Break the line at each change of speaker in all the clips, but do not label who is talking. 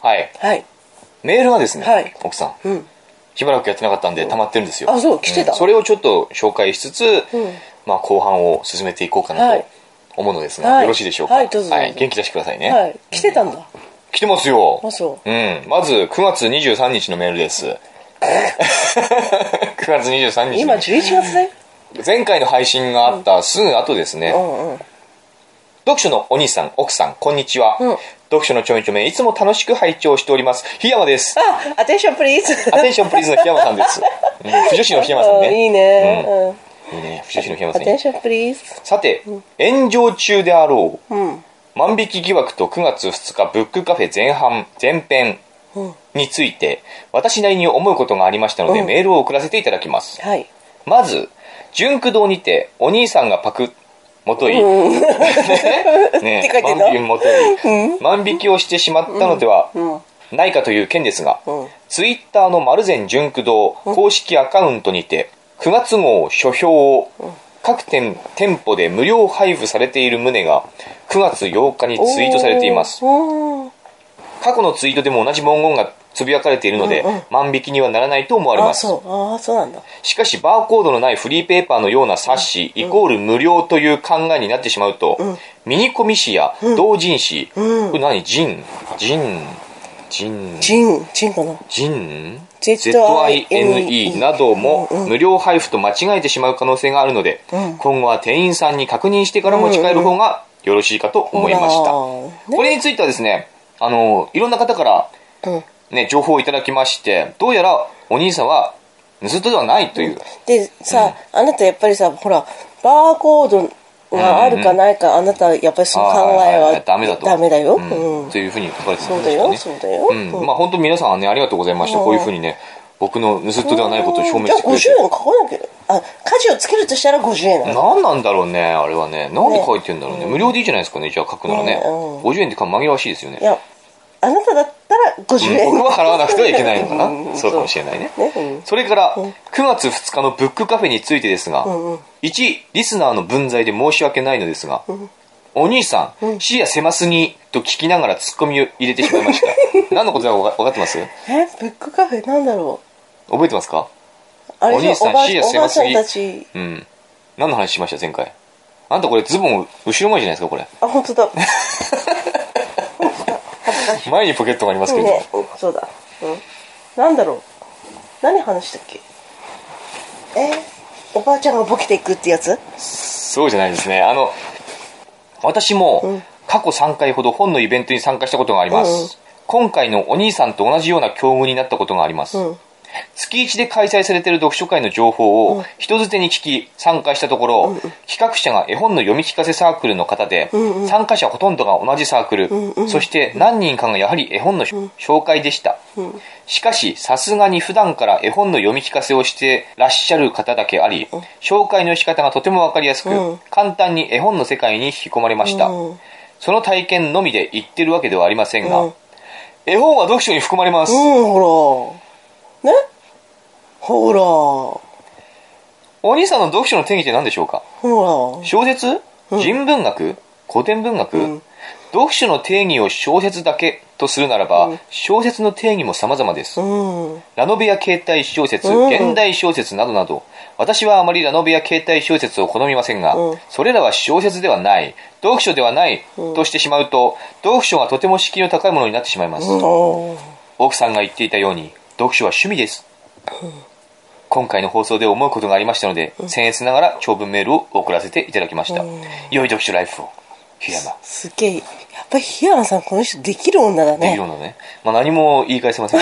はい。
はい。
メールがですね、
はい
奥さん、
うん。
しばらくやってなかったんで溜まってるんですよ。
あそう来てた
んそれをちょっと紹介しつつ、
ん
まあ後半を進めていこうか
は
なと
い
思うのですが、
はい
よろしいでしょうか。
はいどうぞ
元気出してくださいね。
はい。来てたんだ。
来てますよ。
あ、そう。
うん。まず、9月23日のメールです。9月23日
今
の
11月だよ。
前回の配信があったすぐ後ですね、
うんうん。
読書のお兄さん、奥さん、こんにちは。
うん
読書のちょめちょめ、いつも楽しく拝聴しております。檜山です。
あ、アテンションプリーズ。
アテンションプリーズの檜山さん です。うん、不女子の檜山さん
あ
ね。
いいね。うん。
いいね、不女子の檜山
ア
さんい
テ
い
ン。ションプリーズ。
さて、炎上中であろう、
うん。
万引き疑惑と9月2日ブックカフェ前半、前編
うん。
について、私なりに思うことがありましたので、
うん
メールを送らせていただきます。
はい。
まず、純駆堂にて、お兄さんがパク、もとい、 ね
って書いてんの
万引きもとい、万引きをしてしまったのでは
うん。うん。
ないかという件ですが、
うん
ツイッターの丸善純駆堂公式アカウントにて、9月号書評を各店店舗で無料配布されている旨が9月8日にツイートされています。
おー。
過去のツイートでも同じ文言がつぶやかれているので、
うんうん
万引きにはならないと思われ
あ、
ます。
そう。ああ、そうなんだ。
しかしバーコードのないフリーペーパーのような冊子、イコール無料という考えになってしまうと、ミニコミ誌や同人誌、
うん
これ何ジンジンジン
ジン、ジンかな。
ジン
ZINE
?ZINE なども無料配布と間違えてしまう可能性があるので、
うん
今後は店員さんに確認してから持ち帰る方がよろしいかと思いました。
ほらーね
これについてはですね、あの、いろんな方から
うん。
ね、情報をいただきまして、どうやらお兄さんは盗人ではないという、
でさ、あなたやっぱりさほらバーコードがあるかないか、あなたやっぱりその考え
あ
は
ーダメだと。
よ、
う
うんん
というふうに書かれてま
そう
した
だ
ね。
よそうだよ、
うん。まあ本当皆さんはね、ありがとうございました。
うん
こういうふうにね、僕の盗人ではないことを証明
じゃ
して
あ
くれ
50
て。
円かかなきゃあ価値をつけるとしたら50円なの
何なんだろうね、あれはね。なんで書いてんだろうね。無料でいいじゃないですかね、じゃあ書くならね。
ねうん
50円ってか紛らわしいですよね
い。やあなただったら50円、
僕は払わなくてはいけないのかな。
ん
そうかもしれないね。
ねうん
それから、9月2日のブックカフェについてですが、
んうん
1、リスナーの分際で申し訳ないのですが、お兄さん、視野狭すぎと聞きながらツッコミを入れてしまいま した。何のことだか分か分かってます
えブックカフェなんだろ
覚えてますか
うあれ
お兄
じゃ
さ
お
ん
ばあ
視野
おばあ
狭す
さ
ぎ
んたち
うん。何の話しました、前回。あんたこれズボン後ろ前じゃないですか、これ。
あ本 当だね
前にポケットがありますけれども。
うんそうだうんなんだろう何話したっけえーおばあちゃんがボケていくってやつ
そうじゃないですね。あの、私も過去3回ほど本のイベントに参加したことがあります。
うんうん
今回のお兄さんと同じような境遇になったことがあります。
うん
月1で開催されている読書会の情報を人づてに聞き参加したところ、企画者が絵本の読み聞かせサークルの方で、
んうん
参加者ほとんどが同じサークル、
んうん
そして何人かがやはり絵本のし、紹介でした、
うん
しかしさすがに普段から絵本の読み聞かせをしてらっしゃる方だけあり、紹介の仕方がとてもわかりやすく、
うん
簡単に絵本の世界に引き込まれました、
うん
その体験のみで言ってるわけではありませんが、
うん
絵本は読書に含まれます、
うん、ほら。ねほら。ほ
お兄さんの読書の定義って何でしょうか
ら。
小説人文学古典文学、
うん
読書の定義を小説だけとするならば、小説の定義も様々です、
うん。
ラノベや携帯小説、
うん
現代小説などなど私はあまりラノベや携帯小説を好みませんが、
うん
それらは小説ではない読書ではないとしてしまうと、読書がとても敷居の高いものになってしまいます、
うん。
奥さんが言っていたように読書は趣味です、今回の放送で思うことがありましたので、僭越ながら長文メールを送らせていただきました、
うん
良い読書ライフを檜山
すげえ。やっぱり檜山さん、この人できる女だ
できる
ね。
のね、まあ、何も言い返せません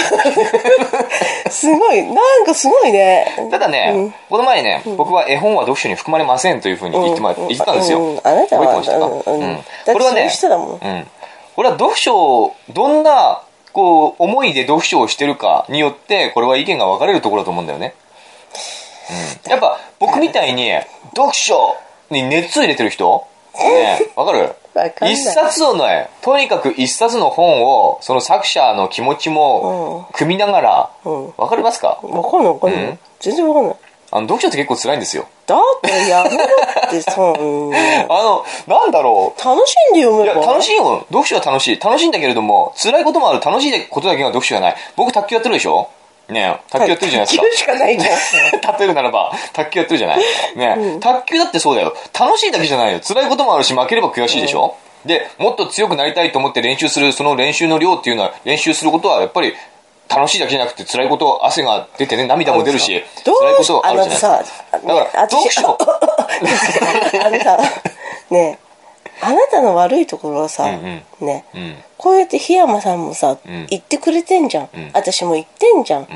すごい。なんかすごいね。
ただね、この前ね、僕は絵本は読書に含まれませんというふうに言って,、ま
うん
言ってたんですよ、
うんあなた
覚
は
えてましたか、
うんうん
うん
だって
これは
そういう
ね
人だもん
うん、これは読書をどんなこう思いで読書をしてるかによってこれは意見が分かれるところだと思うんだよねやっぱ僕みたいに読書に熱を入れてる人ねわかる
わかんない
一冊をねとにかく一冊の本をその作者の気持ちも組みながら
うん
わかりますか
わかんないわかんな
うん
い。全然わかんない。
あの読書って結構辛いんですよ
だってやめろってさうん
あの、なんだろう。
楽しんで読
い
め
や、
ば
楽しいよ。読書は楽しい。楽しいんだけれども、辛いこともある。楽しいことだけが読書じゃない。僕、卓球やってるでしょねえ卓球やってるじゃないですか。
卓球しかないじゃん
例えるならば、卓球やってるじゃない。ねえ、卓球だってそうだよ。楽しいだけじゃないよ。辛いこともあるし、負ければ悔しいでしょ、で、もっと強くなりたいと思って練習する、その練習の量っていうのは、練習することはやっぱり、楽しいだけじゃなくて、辛いこと、汗が出てね、涙も出るし、
どう
辛いことあ
あ
るじゃ
の
ない
さだ
だから、読書。
あのさねえあなたの悪いところはさ、
うん
ねえ
うん。
こうやって檜山さんもさ、
ん
言ってくれてんじゃん、
ん
私も言ってんじゃん、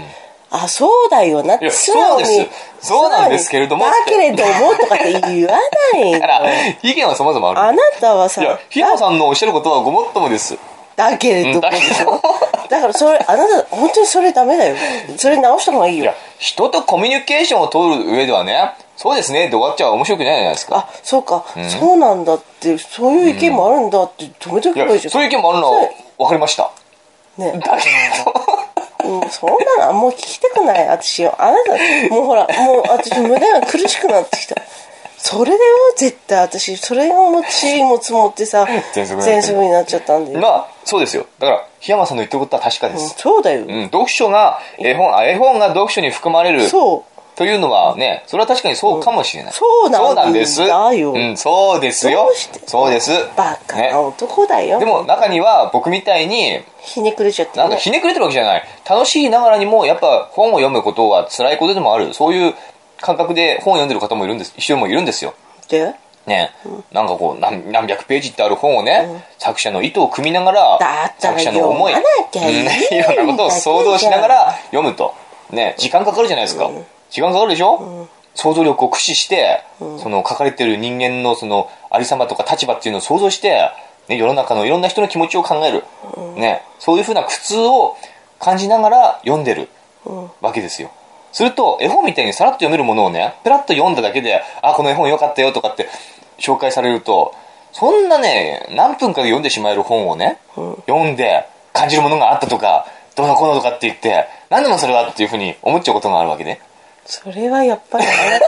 あそうだよない
や
素直に
そうですそうなんですけれども
素直にだけれどもとかって言わないの
だから、意見は様々ある。
あなたはさ
いや、ひろさんのおっしゃることはごもっともです。
だけれども
うんだけれども
だからそれあなた本当にそれダメだよそれ直した方がいい
い
よ
や、人とコミュニケーションを取る上ではね、そうですねって終わっちゃ面白くないじゃないですか。
あそうか、そうなんだってそういう意見もあるんだって止めと
い
け
や
ばいい、じゃん
そういう意見もあるのは分かりました。
ね
だけど、
うん、そんなのあんま聞きたくない私あなたもうほらもう私胸が苦しくなってきたそれだよ絶対私それが私も積もってさ
喘息になってる
喘息になっちゃったんで、
まあ、そうですよ。だから、檜山さんの言ってることは確かで
うん
す。
そうだよ、
うん、読書が、絵本、あ絵本が読書に含まれる
そう
というのはね、それは確かにそうかもしれない。
そうなんだよ
です。
だよ
うん、そうですよ
どうして。
そうです。
バカな
ね。
男だよ、
でも中には僕みたいに
ひねくれちゃった
なんか
ね
ひねくれてるわけじゃない。楽しいながらにも、やっぱ本を読むことは辛いことでもある。そういう感覚で本を読んでる方もいるんです、一人もいるんですよ。
で
ね、なんかこう何、何百ページってある本をね、作者の意図を組みながら、
だったら
作者の思い、
読まなきゃいいんだ
うんいろんなことを想像しながら読むと。ね、時間かかるじゃないですか。時間かかるでしょ、想像力を駆使して、その書かれてる人間のそのありさまとか立場っていうのを想像して、ね、世の中のいろんな人の気持ちを考える、ね、そういうふうな苦痛を感じながら読んでるわけですよ。すると、絵本みたいにさらっと読めるものをね、ペラッと読んだだけで、あ、この絵本良かったよとかって紹介されると、そんなね、何分かで読んでしまえる本をね、読んで感じるものがあったとか、どうのこうのとかって言って、何でもそれはっていうふうに思っちゃうことがあるわけね。
それはやっぱりあな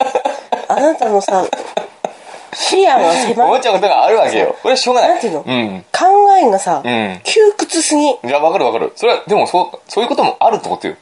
たあなたのさ視野が狭い
思っちゃうことがあるわけよ。これはしょうがない。
なんていうの
ん。
考えがさ、
うん
窮屈すぎ
いや、わかるわかる。それは、でもそう、そういうこともあるってことよ。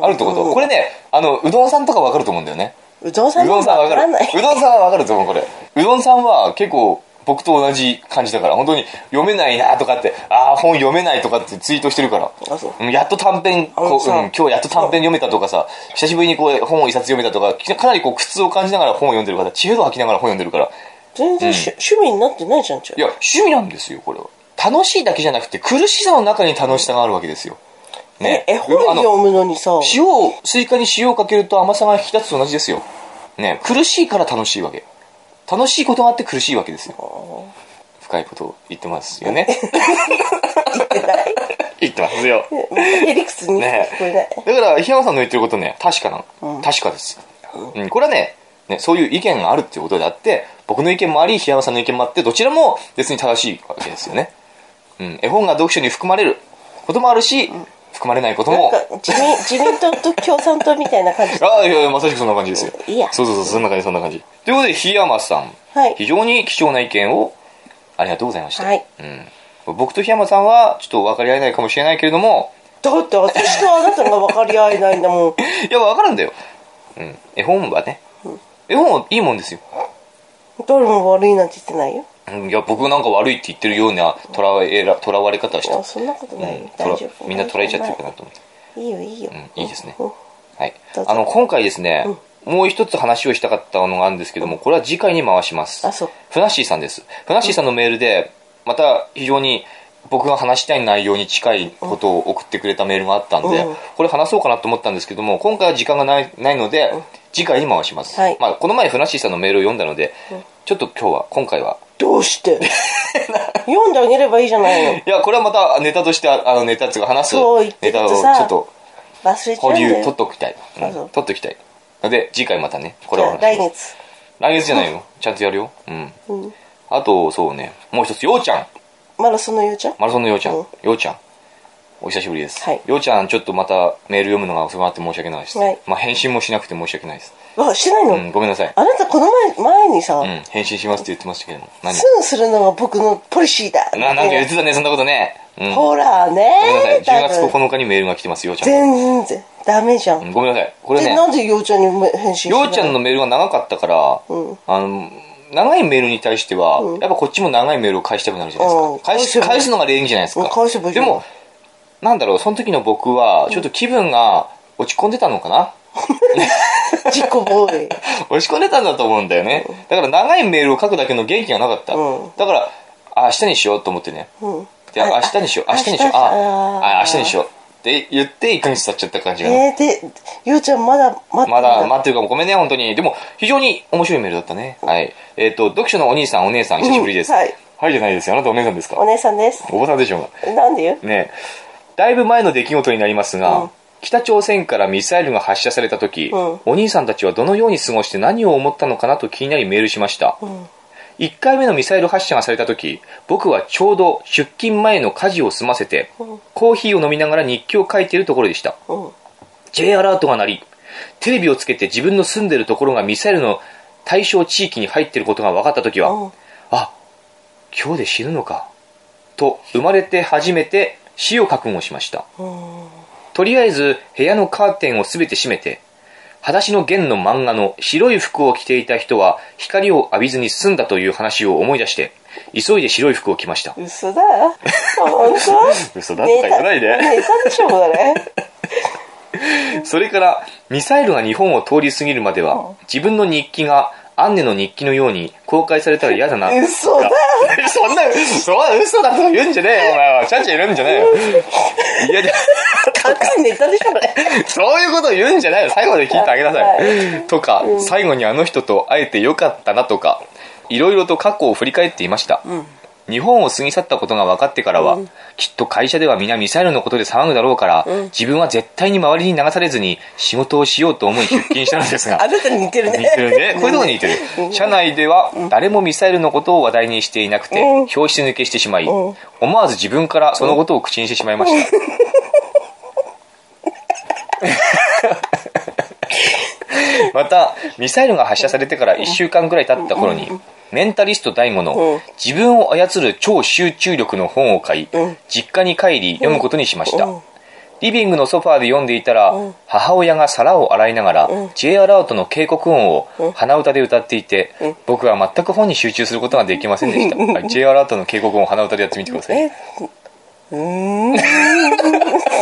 あるってこと。これね、あの、うどんさんとかわかると思うんだよね。
うどんさん
うどんさんわかる。
らないう
どんさんはわかると思う、これ。うどんさんは結構僕と同じ感じだから、本当に読めないなとかって、ああ、本読めないとかってツイートしてるから。
あそう
うんやっと短編、こう
あのさ
うん、今日やっと短編読めたとかさ、久しぶりにこう本を一冊読めたとか、かなりこう苦痛を感じながら本を読んでるから、血へど吐きながら本を読んでるから。
全然し、趣味になってないじゃんじゃ
いや、趣味なんですよ、これは。楽しいだけじゃなくて、苦しさの中に楽しさがあるわけですよ。
あえ絵本
あの
読むのにさ
塩をスイカに塩をかけると甘さが引き立つと同じですよ、ね、苦しいから楽しいわけ楽しいことがあって苦しいわけですよ深いことを言ってますよね言ってますよ
ヘリクスにしか
ね
聞こえない、
だから檜山さんの言ってることね確かなの、確かです、うん、これはねねそういう意見があるっていうことであって僕の意見もあり檜山さんの意見もあってどちらも別に正しいわけですよね、うん、絵本が読書に含まれることもあるし、含まれないこと
な
も
んか自民自民党と共産党みたいな感じ
ああ、いやいや、まさしくそんな感じですよ。
いいや
そうそうそう、そんな感じ、そんな感じ。ということで、檜山さん、
はい
非常に貴重な意見を、ありがとうございました。
はい
うん、僕と檜山さんは、ちょっと分かり合えないかもしれないけれども、
だって私とあなたが分かり合えないんだもん
いや、分かるんだよ。うん、絵本はね、絵本はいいもんですよ。
誰も悪いなんて言ってないよ
うんいや、僕なんか悪いって言ってるようなとらわれ方し
いや
た。
そんなことないよ、
うんと
大丈
ら
夫
みんな捉えちゃってるかなと思って。
いいよいいよ、
うんいいですね
うん
はい
どう。ぞ
あの、今回ですね、もう一つ話をしたかったのがあるんですけども、これは次回に回します。
あそう
ふなっしーさんです。ふなっしーさんのメールで、また非常に僕が話したい内容に近いことを送ってくれたメールがあったんで
うん、
これ話そうかなと思ったんですけども、今回は時間がないないので、次回に回します。
はい
まあ、この前ふなっしーさんのメールを読んだので、ちょっと今日は、今回は、
どうして 読んであげればいいじゃないの
いや、これはまたネタとして、ああの、ネタっていうか話す
そう言っ
ネ
てる
タを
と
ち
さ
ょっと
忘れちゃ
保
うんだ
留
よ
取っておきたい。うん
あそう
取っておきたい。ので、次回またね、こ
じ
れを
ゃあ
話します
来月
来月じゃないよ。ちゃんとやるよ。うん。あと、そうね。もう一つ、ようちゃん。
マラソンのゆうちゃん
マラソンのようちゃん。
うん
ようちゃん。お久しぶりです。
はい
ようちゃん、ちょっとまたメール読むのが遅くなって申し訳ないです。
はい
まあ、返信もしなくて申し訳ないです。
あしてないの、
うん、ごめんなさい。
あなたこの前前にさ、
うん、返信しますって言ってましたけども。何
すぐするのが僕のポリシーだ
ななんか言ってたね、そんなことね。うん。ご
ほら
めんなさ
ね
い。10月
だから
9日にメールが来てます、ようちゃんから。
全然ダメじゃん、
うんごめんなさい。これ
で
ね、
なんでようちゃんに返信し
よ
ないう
ちゃんのメールが長かったから、
うん
あの、長いメールに対しては、やっぱこっちも長いメールを返したくなるじゃないですか。
うん
返す、
返せばいい
返すのが礼儀じゃないです
うん
か。
返せばいい
で
よ
も、なんだろう、その時の僕は、ちょっと気分が落ち込んでたのかな、
自己防衛
落ち込んでたんだと思うんだよね。だから長いメールを書くだけの元気がなかった。
うん
だから、あ明日にしようと思ってね。
うん
で、明日にしよう、明日にしよう、
明日
あ、あ明日にしよう。って言って1ヶ月経っちゃった感じがな。
えー、でようちゃんまだ待ってん
まだ待ってるかもごめんね、本当に。でも、非常に面白いメールだったね。はい。えっ、と、読書のお兄さん、お姉さん、久しぶりです。
うんはい。
はいじゃないですよ。あなたお姉さんですか
お姉さんです
おばさんでしょう
なんでよ
が。ねえだいぶ前の出来事になりますが、
うん
北朝鮮からミサイルが発射された時、
うん
お兄さんたちはどのように過ごして何を思ったのかなと気になりメールしました。1回目のミサイル発射がされた時僕はちょうど出勤前の家事を済ませて、
うん
コーヒーを飲みながら日記を書いているところでした。
うん
J アラートが鳴り、テレビをつけて自分の住んでるところがミサイルの対象地域に入っていることが分かったときは、
うん
あ、今日で死ぬのか、と生まれて初めて死を覚悟しました。
うん
とりあえず部屋のカーテンをすべて閉めて、裸足の弦の漫画の白い服を着ていた人は光を浴びずに済んだという話を思い出して、急いで白い服を着ました。
嘘だよ本当
嘘だとか言わ ないで
ネタネタでしょこれ
それからミサイルが日本を通り過ぎるまでは自分の日記がアンネの日記のように公開されたら嫌だなとか
嘘だ
そんなそんな嘘だとか言うんじゃねえよお前はちゃんちゃん言うんじゃねえよいやで
完全にネタでしょこれ
そういうこと言うんじゃないよ最後で聞いてあげなさ
はい
とか最後にあの人と会えてよかったなとかいろいろと過去を振り返っていました、
ん
日本を過ぎ去ったことが分かってからは、きっと会社では皆ミサイルのことで騒ぐだろうから、自分は絶対に周りに流されずに仕事をしようと思い出勤したのです が
あなたに似てるね
似てるね。こういうとこに似てる。社内では誰もミサイルのことを話題にしていなくて、
うん
表紙抜けしてしまい、
ん
思わず自分からそのことを口にしてしまいました。 また、ミサイルが発射されてから1週間ぐらい経った頃に、メンタリスト大悟
う
の
ん
自分を操る超集中力の本を買い
うん、
実家に帰り読むことにしました
うん。
リビングのソファーで読んでいたら、
うん
母親が皿を洗いながら、
うん
J アラートの警告音を
うん
鼻歌で歌っていて、
うん
僕は全く本に集中することができませんでした、 はい J アラートの警告音を鼻歌でやってみてください
えうーん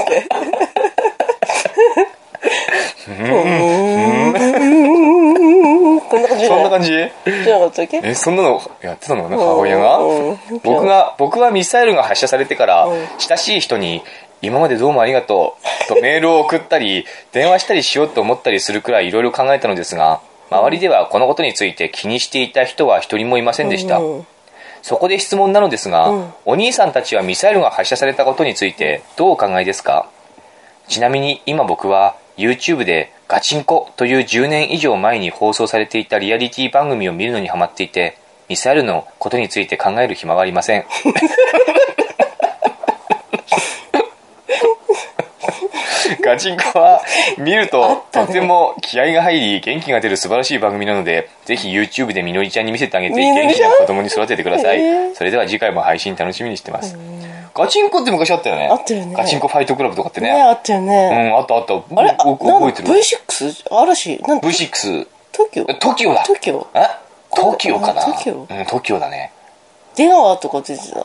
こんな感じじゃ
そんな
ない
感じ
じゃなかったっけ
えそんなのやってたのかな
うん
母親が
うん
僕が僕はミサイルが発射されてから
うん
親しい人に「今までどうもありがとう」 とメールを送ったり電話したりしようと思ったりするくらいいろいろ考えたのですが周りではこのことについて気にしていた人は一人もいませんでした、
うん
そこで質問なのですが、
うん
お兄さんたちはミサイルが発射されたことについてどうお考えですかちなみに今僕は YouTube でガチンコという10年以上前に放送されていたリアリティ番組を見るのにハマっていて、ミサイルのことについて考える暇はありません。 ガチンコは見る
あ
と
った
と
ね
ても気合が入り元気が出る素晴らしい番組なので、ぜひ YouTube でみのりちゃんに見せてあげて
みの
元
り
気
ちゃ
なん子供に育ててくださ
え
い。
ー
それでは次回も配信楽しみにしてます。ガチンコって昔あったよね。
あったよね
ガチンコファイトクラブとかって
ね
ね。
あったよ
う
ね、
ん、あったあった。
あれあ
僕覚えてる
なん。V6? 嵐なん
V6。
東京
トキオだ。
トキオ
えトキオかな
あトキオ
うん、トキオだね。
出川とか出てたあ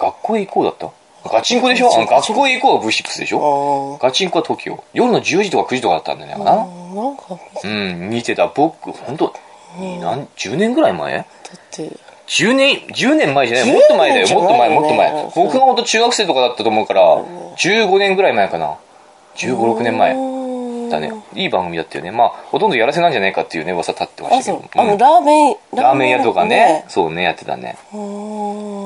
学校へ行こうだった。ガチンコでしょ
そう
あの学校へ行こうは V6 でしょ
あ
ガチンコはトキオ。夜の10時とか9時とかだったんだよね。かな
なんかだ
うん、見てた。僕、ほんと、何、10年ぐらい前
って
10年、10年前じゃないもっと前だよ。
10
もっと前、もっと
じゃない
前
よ。
僕がほんと中学生とかだったと思うから、15年ぐらい前かな。15、6年前。だね。いい番組だったよね。まあ、ほとんどやらせなんじゃないかっていうね、噂立ってま
あ
したけど
そう。あの
うん
ラーメン
ラーメン屋とかね。そうね、やってたね。
うー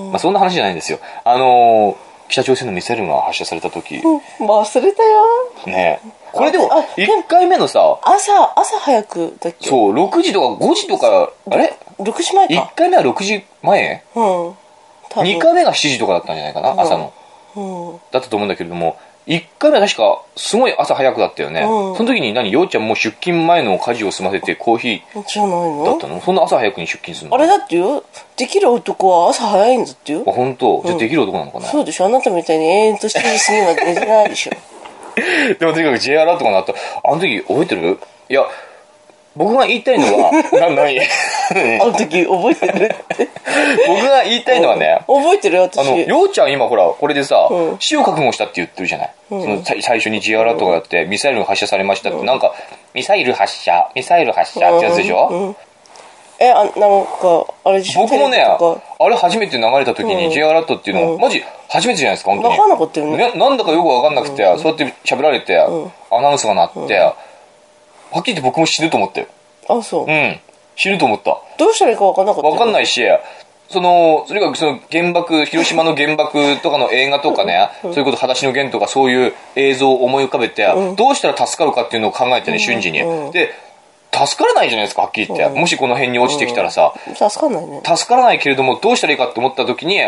ん
まあ、そんな話じゃないんですよ。あのー、北朝鮮のミサイルが発射された時、
忘れたよ
ね。これでも
あ、でも
1回目のさ、
朝朝早くだっけ
そう、6時とか5時とか、あれ
6時前
?1
か
回目は6時前
うん多分
?2 回目が7時とかだったんじゃないかな、朝の。
うん
だったと思うんだけれども1回目は確かすごい朝早くだったよね、
うん
その時に何ようちゃんもう出勤前の家事を済ませてコーヒー
じゃない
だっ
の
たのそんな朝早くに出勤するの
あれだってよできる男は朝早いんだってよ
あ本当じゃあできる男なのかな、
そうでしょあなたみたいに永遠と7時過ぎまで寝てないで しょ
でもとにかく J アラートが鳴ったあの時覚えてるいや僕が言いたい の はな何
あの時覚えてるって
僕が言いたいのはね
覚えてるよ私
あのようちゃん今ほらこれでさ、
うん
死を覚悟したって言ってるじゃない、そのさ最初に J アラートがやってミサイルが発射されましたって、なんかミサイル発射ミサイル発射ってやつでしょ、
うんうんえあなんかあれでしょ
僕もね、
テレビと
あれ初めて流れた時
う
に
ん
J アラートっていうの、
うん
マジ初めてじゃないですか、本当に。
わかんなかったよね
ななんだかよくわかんなくて、そうやって喋られて、アナウンスが鳴って、はっきり言って僕も死ぬと思ったよ。
かあそう、
うん。死ぬと思った。
どうしたらいいか分かんなかった
わかん
い
ないし、その、それがその原爆、広島の原爆とかの映画とかね、そういうこと、裸足の弦とかそういう映像を思い浮かべて、どうしたら助かるかっていうのを考えてね、瞬時に
う。ん
で、助からないじゃないですか、はっきり言って。もしこの辺に落ちてきたらさ、
助かんないね
助からないけれどもどうしたらいいかって思った時に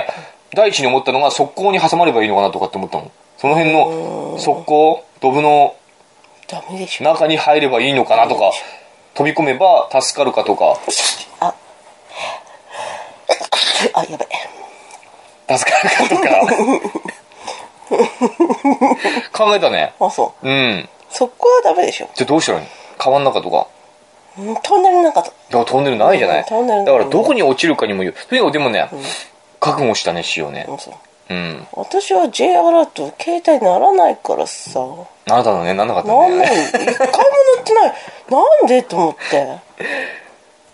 第一に思ったのが速攻に挟まればいいのかなとかって思ったのその辺の速攻ドブの
ダメでしょ
中に入ればいいのかなとか飛び込めば助かるかとか
ああやべ
助かるか とか考えたね
あそう
うん
そこはダメでしょ
じゃあどうしたらいいの川の中とか
うんトンネルなんかと
だからトンネルないじゃな
う
い
んトンネル
だからどこに落ちるかにもよるとにかくでもね覚悟したねしようね
うんそう
うん
私は J アラート携帯ならないからさ
あなたのねなんなかった
なんん
だ
な
よ
い
ね
一回も乗ってないなんでと思って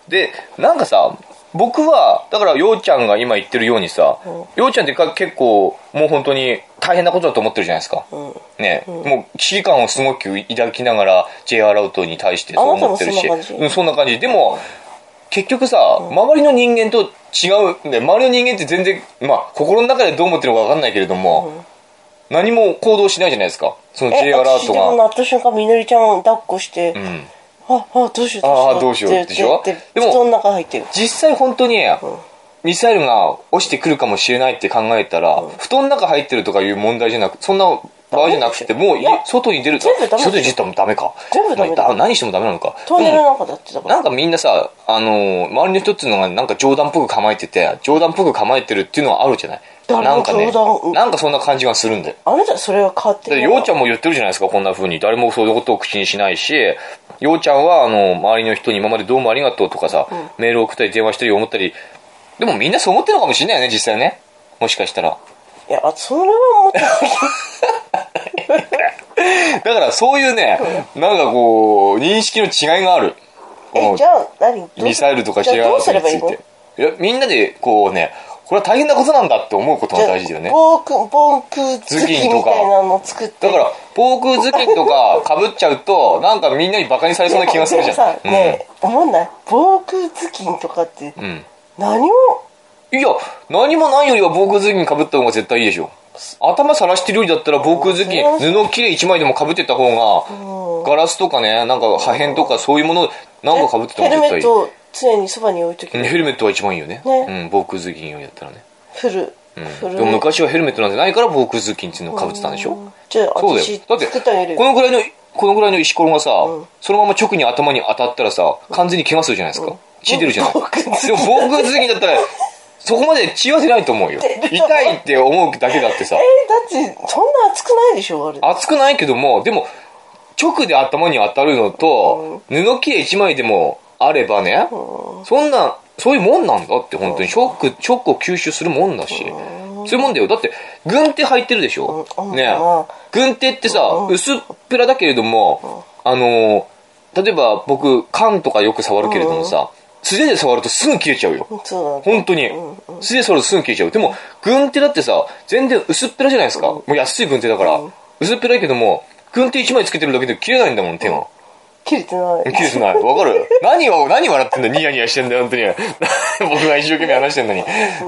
でなんかさ僕はだからようちゃんが今言ってるようにさ、ようちゃんってか結構もう本当に大変なことだと思ってるじゃないですか、
うん
ね、もう危機感をすごく抱きながら J アラートに対してそう思ってるし
あなたもそんな感
う
じ
ん、そんな感じでも結局さ、周りの人間と違うんだよ周りの人間って全然、まあ、心の中でどう思ってるのか分かんないけれども、何も行動しないじゃないですかその J
え
アラー
私
ト
でも
が。
鳴った瞬間みのりちゃんを抱っこして、
うん
ああどうしよう
ああどうしよう
って言って
でしょでも
布団の中入ってる
実際本当にミサイルが落ちてくるかもしれないって考えたら、布団の中入ってるとかいう問題じゃなくそんな場合じゃなくて
ダメ
もうい
いや
外に出る
全部ダメ
外に出たらダメか
全部ダメだ
まあ何してもダメなのか
トンネルなんかだってだから
なんかみんなさ、あのー周りの人っていうのがなんか冗談っぽく構えてて冗談っぽく構えてるっていうのはあるじゃない
誰も
なんかね
冗談
なんかそんな感じがするんだよ
あなたそれは変わって
だって
る
ようちゃんも言ってるじゃないですかこんな風に誰もそういうことを口にしないしようちゃんはあの周りの人に今までどうもありがとうとかさ、メールを送ったり電話したり思ったりでもみんなそう思ってるのかもしれないよね実際ねもしかしたら
いやそれは思って
だからそういうねなんかこう認識の違いがあるこ
え
の
じゃあ何どう
ミサイルとか
じゃあ
J アラ
ど
ー
う
ト
す
に
れ
つ
ばいい
い
の
ていやみんなでこうねこれは大変なことなんだって思うことが大事だよね
防空防空
頭巾
頭巾
と
み
か
たいなの作って
だから防空頭巾とかかぶっちゃうとなんかみんなにバカにされそうな気がするじゃん
でもさねえ思んない防空頭巾とかって
うんうん
何を
いや、何もないよりは防空頭巾かぶった方が絶対いいでしょ。頭さらしてるよりだったら防空頭巾、布切れ一枚でもかぶってた方が、ガラスとかね、なんか破片とかそういうもの、なんかかぶってた
ヘ
方
ル
が絶対い
メットを常にそばに置いとき
い。ヘルメットは一番いいよね。
ね
うん、防空頭巾をやったらね。
フル
うん
フル
でも昔はヘルメットなんてないから防空頭巾っていうのをかぶってたんでしょ、
じゃあ
そうだ
私
よ。だって、
作ってあげる
こ
よ
のぐらいの、このぐらいの石ころがさ、そのまま直に頭に当たったらさ、完全に怪我するじゃないですか。血出るじゃない。で
防
も
空頭巾
防空頭巾だったら、そこまで血は出ないと思うよ。痛いって思うだけだってさ
え、ーだってそんな熱くないでしょあれ
熱くないけども、でも、直で頭に当たるのと、布切れ一枚でもあればね、そんな、そういうもんなんだって、本当に。ショック、ショックを吸収するもんだし。そういうもんだよ。だって、軍手入ってるでしょ
うん
ね
うん
軍手ってさ、薄っぺらだけれども、あのー、例えば僕、缶とかよく触るけれどもさ、素手で触るとすぐ切れちゃうよ。
そうだね
本当に。素手でそれすぐ消えちゃう。でも、軍手だってさ、全然薄っぺらじゃないですか。もう安い軍手だから。薄っぺらいけども、軍手1枚つけてるだけで切れないんだもん、手が。
切れてない
切れてない。わか る何を、何笑ってんだニヤニヤしてんだよ、本当に。 僕が一生懸命話してんのに。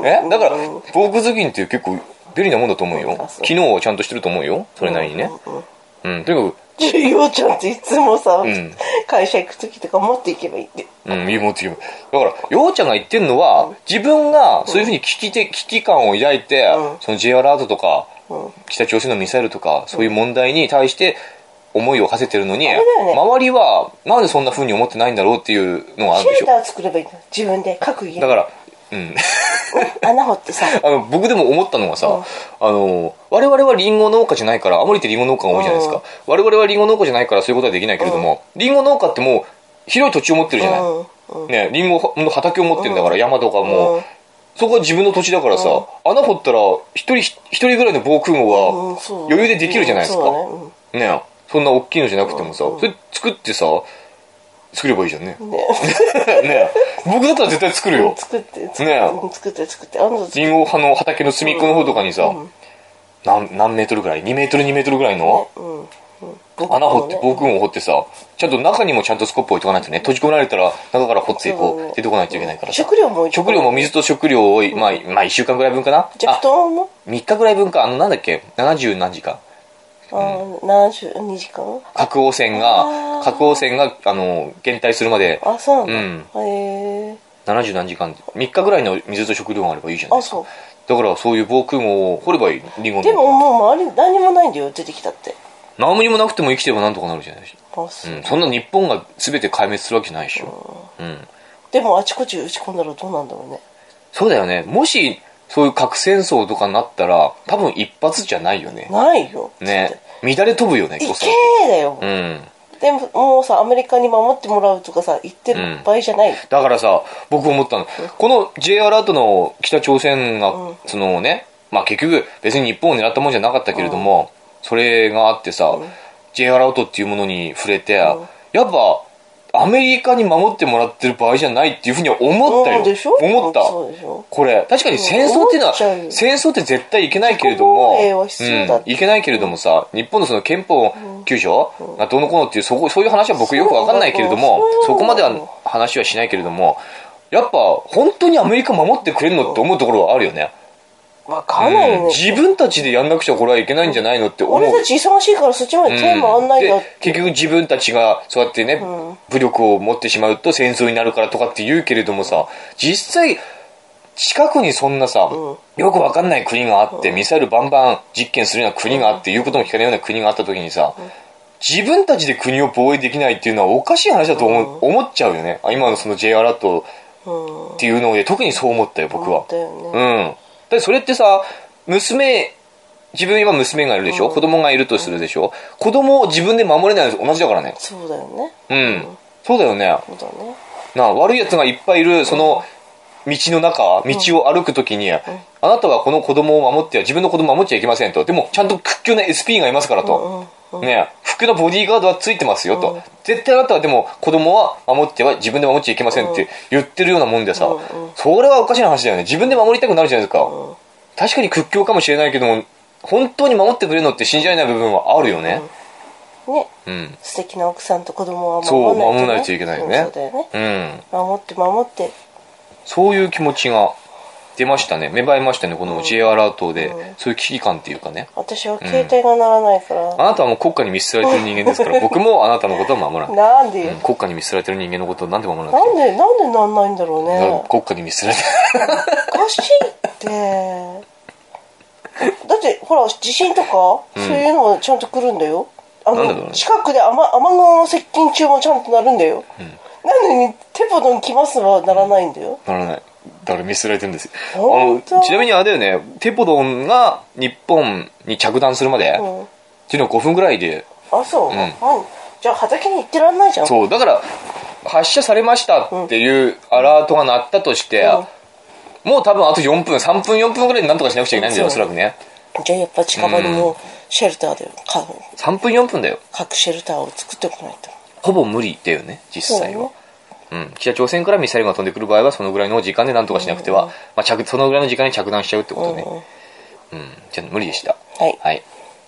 えだから、防空頭巾って結構便利なもんだと思うよ
あ。そう
機能はちゃんとしてると思うよ。それなりにね。うん、とにか
授業ちゃんっていつもさ、
ん
会社行く時とか持っていけばいいって
く、うん、いいもんって言う。だから、ようちゃんが言ってんのは、自分がそういうふうに危機て危機感を抱いて
うん、
その J アラートとか、
うん
北朝鮮のミサイルとかそういう問題に対して思いを馳せてるのに、
れだよね
周りはなんでそんな風に思ってないんだろうっていうのがある
シ
でし
ェルタ
ょ
ー作ればいいの自分で各家
だから、うん、
穴掘ってさ
あの僕でも思ったのがさ、
うん
あの我々はリンゴ農家じゃないから青森ってリンゴ農家が多いじゃないですか、我々はリンゴ農家じゃないからそういうことはできないけれども、リンゴ農家ってもう広い土地を持 ってるじゃない、
うんうん
ね、リンゴの畑を持ってるんだから、山とかも、
うん
そこは自分の土地だからさ、穴掘ったら一人一人ぐらいの防空壕
うん
は
そう
余裕でできるじゃないですか、
うんそうだね
ねそんな大きいのじゃなくてもさ、それ作ってさ作ればいいじゃんね
うんね
ね僕だったら絶対作るよ
作って作って、
ね
うん作って作ってあの
リンゴ派の畑の隅っこの方とかにさ、なん何メートルぐらい2メートル2メートルぐらいの
うんうん
穴掘って防
僕も
空壕
ね
掘ってさちゃんと中にもちゃんとスコップ置いとかないとね閉じ込められたら中から掘っていこ
そう
う出てこないといけないからさ
食料も置いてこ
食料も水と食料を、まあ、まあ1週間ぐらい分かな
じゃあ
あ
布団も
3日ぐらい分かあのなんだっけ70何時か
あー72時間
核汚染
あ
が
ー
核汚染があの減退するまで
あそうなんだ、へえ
70何時間3日ぐらいの水と食料があればいいじゃない
あ
ですか
そう
だからそういう防空壕を掘ればいいリンゴの
でももう周り何もないんだよ出てきたって
何にもなくても生きてればなんとかなるじゃないですか
あそう
うん、そんな日本が全て壊滅するわけじゃないでしょ、うん、
でもあちこち打ち込んだらどうなんだろうね
そうだよねもしそういう核戦争とかになったら多分一発じゃないよね
ないよ
ね乱れ飛ぶよね
行
こ
け
そ
ーだよ、
うん
でももうさアメリカに守ってもらうとかさ言ってる場合じゃない、
だからさ僕思ったのこの J アラートの北朝鮮が、
うん
そのねまあ結局別に日本を狙ったもんじゃなかったけれども、それがあってさ、J アラートっていうものに触れて、やっぱアメリカに守ってもらってる場合じゃないっていうふうには思ったよ、
うんでしょ
思った、
そうでしょ
これ確かに戦争っていうのは
思っちゃうよ
戦争って絶対いけないけれども
自己防衛は必要だって
うんいけないけれどもさ日本のその憲法9条がどうのこうのっていうそこそういう話は僕よくわかんないけれどもそ
そうなの
こまでは話はしないけれどもやっぱ本当にアメリカ守ってくれるのって思うところはあるよね、
わかんないよね、
うん自分たちでやんなくちゃこれはいけないんじゃないのって思う
俺たち忙しいからそっちまで手もあんないんだっ
で
て、
結局自分たちがそうやってね、武力を持ってしまうと戦争になるからとかって言うけれどもさ実際近くにそんなさ、よくわかんない国があって、ミサイルバンバン実験するような国があって、言うことも聞かないような国があった時にさ、自分たちで国を防衛できないっていうのはおかしい話だと思,、う思っちゃうよねあ今のその J アラート
うん
っていうので特にそう思ったよ僕は。
だよ
う
ね、
ん。で、それってさ、娘、自分今娘がいるでしょ、子供がいるとするでしょ子供を自分で守れないのと同じだからね。
そうだよね
うん。そうだよね。
そうだね
なあ悪い奴がいっぱいいる、その、道の中、道を歩くときに、あなたはこの子供を守っては、自分の子供を守っちゃいけませんと。でも、ちゃんと屈強な SP がいますからと。ねえ、服のボディーガードはついてますよと。絶対あなたはでも、子供は守っては、自分で守っちゃいけませんって言ってるようなもんでさ、それはおかしな話だよね。自分で守りたくなるじゃないですか。確かに屈強かもしれないけども、本当に守ってくれるのって信じられない部分はあるよね。
ね
うん。
素敵な奥さんと子供は
そう、
守ら
守らな
な
い
いと
と
ね
いけないよ
うん
ね
そうだよね。
うん。
守って守って
そういう気持ちが出ましたね芽生えましたねこの J アラートで、そういう危機感っていうかね
私は携帯が鳴らないから、
あなたはもう国家に見捨てられてる人間 ですから僕もあなたのことは守らない、
なんでよ、
うん国家に見捨てられてる人間のことを何で守らな
な
く
んでなんでなんないんだろう
ていいの
ね
国家に見捨てられて
おかしいってだってほら地震とか、そういうのがちゃんと来るんだよあ
なんだろう
の
ね
近くで雨雨雲の接近中もちゃんと鳴るんだよ、なのにテポドン来ますは鳴らないんだよ、
ならないだから見捨てられてるんですよあ
本
の
当
ちなみにあれだよねテポドンが日本に着弾するまで、
う
っ
ん、
ていうのは5分ぐらいで
あそう、あじゃあ畑に行ってらんないじゃん
そうだから発射されましたっていうアラートが鳴ったとして、もう多分あと4分3分4分ぐらいで何とかしなくちゃいけないんだよお
そ
そうらくね
じゃあやっぱ近場にもシェルターでか
3分4分だよ
核シェルターを作っておかないと
ほぼ無理だよね実際は、うん、北朝鮮からミサイルが飛んでくる場合はそのぐらいの時間で何とかしなくては、まあ、着そのぐらいの時間に着弾しちゃうってことね、うんじゃあ無理でした
はい
はい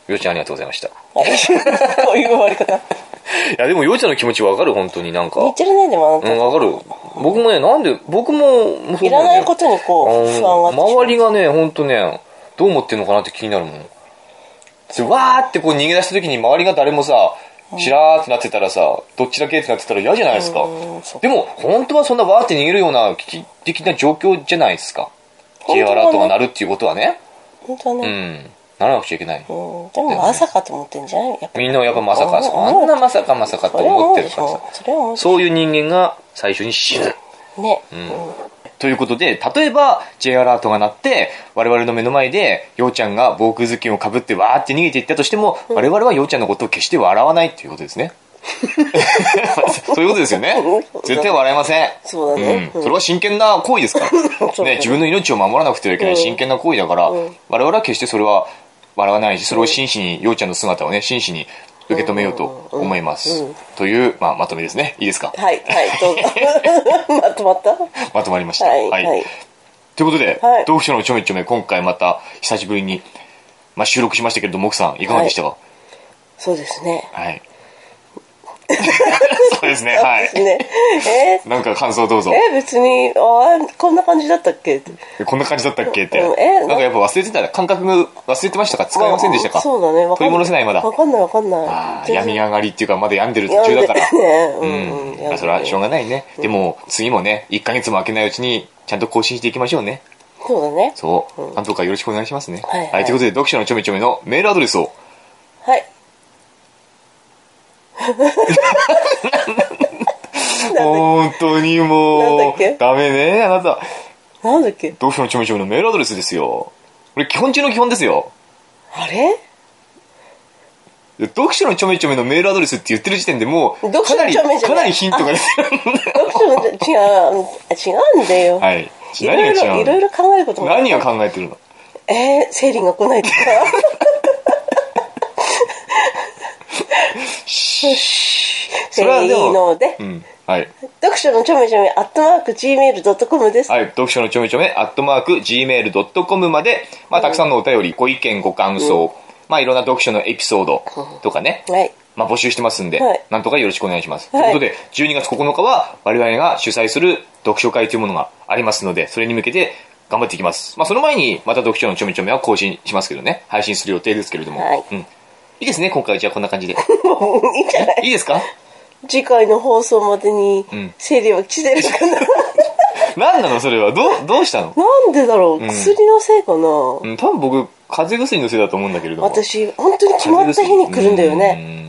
ようちゃんありがとうございましたい
はい こういう終わり方
やでもようちゃんの気持ちわかる本当になんか
似てるねでもあな
う
た、
んわかる僕もねなんで僕もそうだよね
いらないことにこう不安があ
あ
って
の周りがね本当ねどう思ってんのかなって気になるもんでわーってこう逃げ出した時に周りが誰もさしらーってなってたらさどっちだけってなってたら嫌じゃないですか
うんそう
でも本当はそんなわーって逃げるような危機的な状況じゃないですか
本当
J
はね
アラートが鳴るっていうことはね
本当は
う
ね、
んならなくちゃいけない。
うん、でもまさかと思ってんじゃないやっぱ
みんなやっぱまさか、
うん
あんなまさかまさかと
それは
思っ
思う
て
で
る
し
からさ
ょ。それは思うでし
そういう人間が最初に死ぬ。
ょね、うん
ということで、例えば J アラートが鳴って、我々の目の前で、ようちゃんが防空頭巾をかぶってわーって逃げていったとしても、我々はようちゃんのことを決して笑わないっていうことですね。 そういうことですよね。絶対笑いません。
そうだね
うんそれは真剣な行為ですから。
そう
ね、自分の命を守らなくてはいけな
う
い
ん
真剣な行為だから、
うん
我々は決してそれは笑わないし、それを真摯に、ようちゃんの姿をね、真摯に受け止めようと思います
うんうんうん。
という、まあ、まとめですね。いいですか
はいはいどうぞ まとまったは
まとまりました。
いはい、
ということで、
はい
読書のちょめちょめ、今回また久しぶりに、まあ、収録しましたけれども、奥さん、いかがでしたか
そうですね
はい。 そうですね、は
です
い。
ねえー
なんか感想どうぞ。
え別にあーこんな感じだったっけって
こんな感じだったっけって。
うんえ
なんかやっぱ忘れてた、感覚が忘れてましたか使いませんでしたか
そうだねわかん
取り戻せないまだ。
わかんないわかんない
ああ、病み上がりっていうか、まだ病んでる途中だから。
ね、う
うん
うん
ん。まあ、それはしょうがないね。でも、次もね、1ヶ月も空けないうちに、ちゃんと更新していきましょうね。
そうだね
そう。なんとかよろしくお願いしますね。
はいはい
ということで、読書のちょめちょめのメールアドレスを、
はい
本当に
なん
も
だっけ
う、ダメね、あなた。
なんだっけ
読書のちょめちょめのメールアドレスですよ。これ基本中の基本ですよ。
あれ
読書のちょめちょめのメールアドレスって言ってる時点でもう、
読
か
書
な
の
り、
ちょめちょめ
かなりヒントが出てる。
読書の違う違うんだよ、
はい。
いろい
何が
ろ
違
いろいうろ考えること
の
も
何を考えてるの
えー、生理が来ないとかよし
それは
えーいい
でも
ので、
うん。はい。
読書のちょめちょめアットマーク Gmail.com です、
はい、読書のちょめちょめ、アットマーク、gmail.com まで、まあ、たくさんのお便り、ご意見、ご感想、まあ、いろんな読書のエピソードとかね、
はい
まあ、募集してますんで、
はい
なんとかよろしくお願いします。
はい
ということで、12月9日は、我々が主催する読書会というものがありますので、それに向けて頑張っていきます。まあ、その前に、また読書のちょめちょめは更新しますけどね、配信する予定ですけれども、
はい
うん。いいですね、今回はじゃあこんな感じで。
もういいんじゃない
いいですか
次回の放送までに
ん
生理は来てるかな、
何なのそれは。どう、どうしたの
なんでだろう薬のせいかな、
うん、多分僕、風邪薬のせいだと思うんだけれども。
私本当に決まった日に来るんだよね
ね。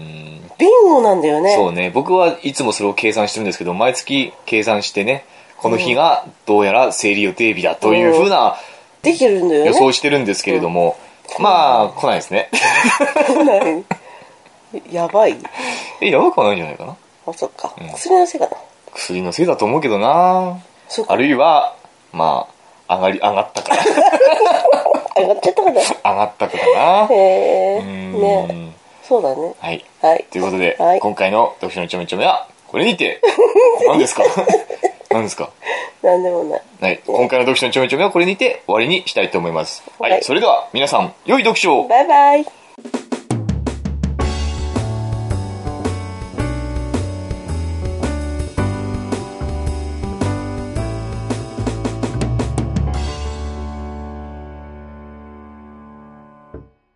ビンゴなんだよね
そうね、僕はいつもそれを計算してるんですけど、毎月計算してね、この日がどうやら生理予定日だというふうな
できるんだよね
予想をしてるんですけれども、まあ、来ないですね。
ないやばい
え、やばくはないんじゃないかな。
あそっか、薬のせいかな
薬のせいだと思うけどな
そうか
あるいは、まあ、上がり、上がったから、
上がっちゃったかなへ
上がったからな
え
うん
ねそうだね
はい。
はい
ということで、
はい
今回の読書のちょめちょめは、これに て、何ですか 何ですか
なんでもない
はい。今回の読書のちょめちょめはこれにて終わりにしたいと思います。は
はい
い。それでは皆さん、良い読書を
バイバイ